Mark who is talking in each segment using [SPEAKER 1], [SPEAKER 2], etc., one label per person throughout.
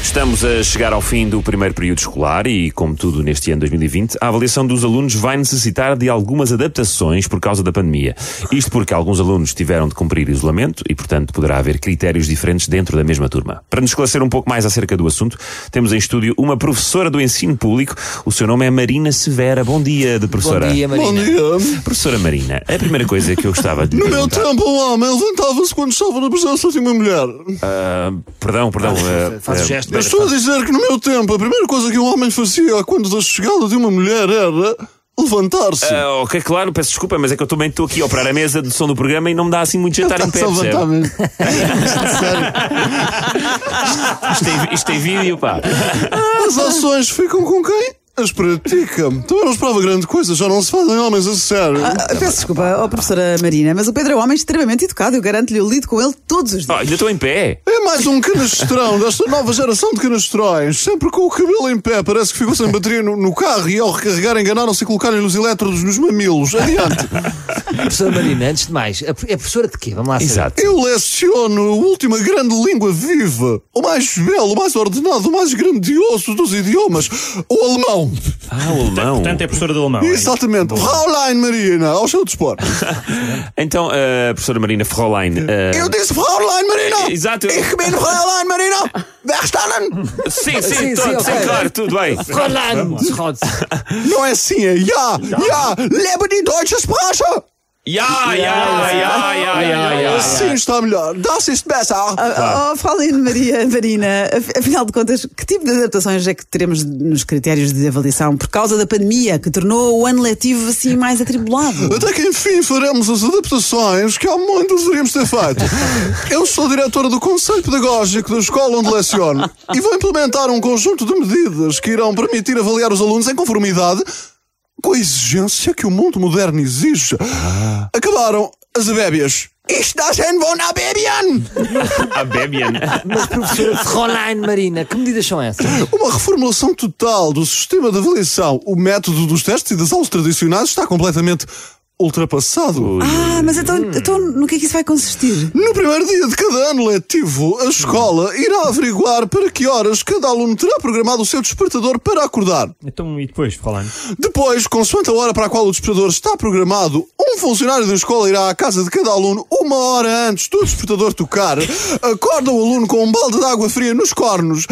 [SPEAKER 1] Estamos a chegar ao fim do primeiro período escolar e, como tudo neste ano 2020, a avaliação dos alunos vai necessitar de algumas adaptações por causa da pandemia. Isto porque alguns alunos tiveram de cumprir isolamento e, portanto, poderá haver critérios diferentes dentro da mesma turma. Para nos esclarecer um pouco mais acerca do assunto, temos em estúdio uma professora do ensino público. O seu nome é Marina Severa. Bom dia, de professora.
[SPEAKER 2] Bom dia,
[SPEAKER 3] Bom
[SPEAKER 2] Marina.
[SPEAKER 3] dia.
[SPEAKER 1] Professora Marina, a primeira coisa que eu gostava de lhe
[SPEAKER 3] No meu
[SPEAKER 1] perguntar-
[SPEAKER 3] tempo, um homem levantava-se quando estava na presença de uma mulher.
[SPEAKER 1] Ah, perdão, perdão. ah,
[SPEAKER 2] Faz o
[SPEAKER 1] ah,
[SPEAKER 2] gesto.
[SPEAKER 3] Eu estou a dizer que no meu tempo, a primeira coisa que um homem fazia quando da chegada de uma mulher era levantar-se.
[SPEAKER 1] Ah, ok, claro, peço desculpa, mas é que eu também estou aqui a operar a mesa do som do programa e não me dá assim muito jantar em pé.
[SPEAKER 3] Está-se a levantar
[SPEAKER 1] percebe?
[SPEAKER 3] mesmo.
[SPEAKER 1] Isto, tem, isto tem vídeo, pá.
[SPEAKER 2] Ah.
[SPEAKER 3] As ações ficam com quem? As pratica. Também não esperava grande coisa, já não se fazem homens a sério.
[SPEAKER 4] Ah, Peço desculpa, ó professora Marina, mas o Pedro é um homem extremamente educado. Eu garanto-lhe, eu lido com ele todos os
[SPEAKER 1] Oh,
[SPEAKER 4] dias.
[SPEAKER 1] ainda estou em pé.
[SPEAKER 3] É mais um canastrão desta nova geração de canastrões. Sempre com o cabelo em pé, parece que ficou sem bateria no, no carro e ao recarregar enganaram-se e colocaram-lhe os elétrodos nos mamilos. Adiante.
[SPEAKER 2] Professora Marina, antes de mais, a- é professora de quê? Vamos lá saber.
[SPEAKER 1] Exato.
[SPEAKER 3] Eu leciono a última grande língua viva, o mais belo, o mais ordenado, o mais grandioso dos idiomas, o alemão.
[SPEAKER 1] Ah, o alemão.
[SPEAKER 5] Portanto, é professora de alemão. é isso?
[SPEAKER 3] Exatamente. Fraulein Marina, ao seu dispor.
[SPEAKER 1] Então, ah, professora Marina Fräulein. ah,
[SPEAKER 3] Eu disse Fraulein Marina.
[SPEAKER 1] Exato.
[SPEAKER 3] Ich bin Fraulein Marina. Verstanden?
[SPEAKER 1] Sim, sim,
[SPEAKER 2] Sim,
[SPEAKER 1] tô-
[SPEAKER 2] sim,
[SPEAKER 1] sim,
[SPEAKER 2] ok.
[SPEAKER 1] claro, tudo bem.
[SPEAKER 2] Rolando!
[SPEAKER 3] Não é assim, é ja, ja, lebe die deutsche Sprache.
[SPEAKER 1] Ya, ya, ya, ya, ya, ya.
[SPEAKER 3] Assim está melhor. Das ist besser.
[SPEAKER 4] Oh, falem Maria Marina, af- afinal de contas, que tipo de adaptações é que teremos nos critérios de avaliação por causa da pandemia que tornou o ano letivo assim mais atribulado?
[SPEAKER 3] Até que enfim faremos as adaptações que há muito deveríamos ter feito. Eu sou diretora do Conselho Pedagógico da escola onde leciono e vou implementar um conjunto de medidas que irão permitir avaliar os alunos em conformidade com a exigência que o mundo moderno exige. Acabaram as abébias. Isto a gente vão na Bebian!
[SPEAKER 1] A Bebian.
[SPEAKER 2] Mas professora de Rolando Marina, que medidas são essas?
[SPEAKER 3] Uma reformulação total do sistema de avaliação. O método dos testes e das aulas tradicionais está completamente ultrapassado.
[SPEAKER 4] Ah, mas então,
[SPEAKER 3] Hum.
[SPEAKER 4] então no que é que isso vai consistir?
[SPEAKER 3] No primeiro dia de cada ano letivo, a escola irá averiguar para que horas cada aluno terá programado o seu despertador para acordar.
[SPEAKER 5] Então, e depois, falando?
[SPEAKER 3] Depois, consoante a hora para a qual o despertador está programado, um funcionário da escola irá à casa de cada aluno uma hora antes do despertador tocar, acorda o aluno com um balde de água fria nos cornos,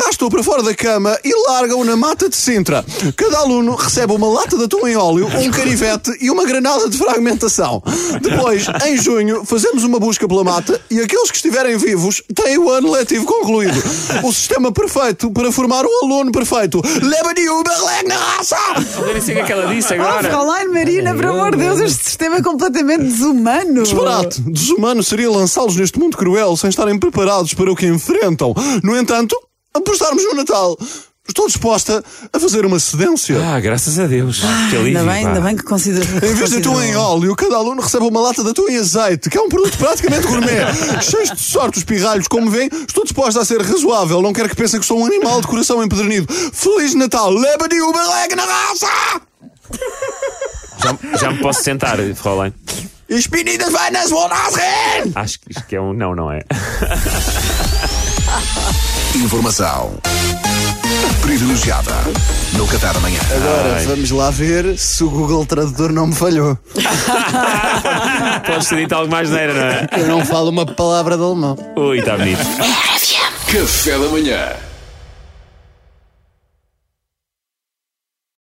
[SPEAKER 3] arrasta-o para fora da cama e larga-o na mata de Sintra. Cada aluno recebe uma lata de atum em óleo, um canivete e uma granada de fragmentação. Depois, em junho, fazemos uma busca pela mata e aqueles que estiverem vivos têm o ano letivo concluído. O sistema perfeito para formar o aluno perfeito. Leva-lhe o berlegue na raça!
[SPEAKER 1] Eu nem sei o que é que ela disse
[SPEAKER 4] Ah,
[SPEAKER 1] agora.
[SPEAKER 4] Fräulein Marina, por amor de Deus, este sistema é completamente desumano.
[SPEAKER 3] Disparate! Desumano seria lançá-los neste mundo cruel sem estarem preparados para o que enfrentam. No entanto, apostarmos no Natal. Estou disposta a fazer uma cedência.
[SPEAKER 1] Ah, graças a Deus. que alívio,
[SPEAKER 4] Ainda bem,
[SPEAKER 1] pá.
[SPEAKER 4] ainda bem que considera.
[SPEAKER 3] Em vez de atum em óleo, cada aluno recebe uma lata de atum em azeite, que é um produto praticamente gourmet. Cheios de sorte os pirralhos, como vem, estou disposta a ser razoável. Não quero que pensem que sou um animal de coração empedernido. Feliz Natal! Leva-lhe o belegue na raça!
[SPEAKER 1] Já, já me posso sentar, Fräulein.
[SPEAKER 3] Ich bin in der Weines Wohnhafen!
[SPEAKER 1] Acho que isto é um. Não, não é.
[SPEAKER 6] Informação privilegiada no Café da manhã.
[SPEAKER 3] Agora, vamos lá ver se o Google Tradutor não me falhou.
[SPEAKER 1] Podes ter dito algo mais neira, não é? tá
[SPEAKER 3] Eu não falo uma palavra de alemão.
[SPEAKER 1] Ui, está bonito.
[SPEAKER 6] Café da manhã.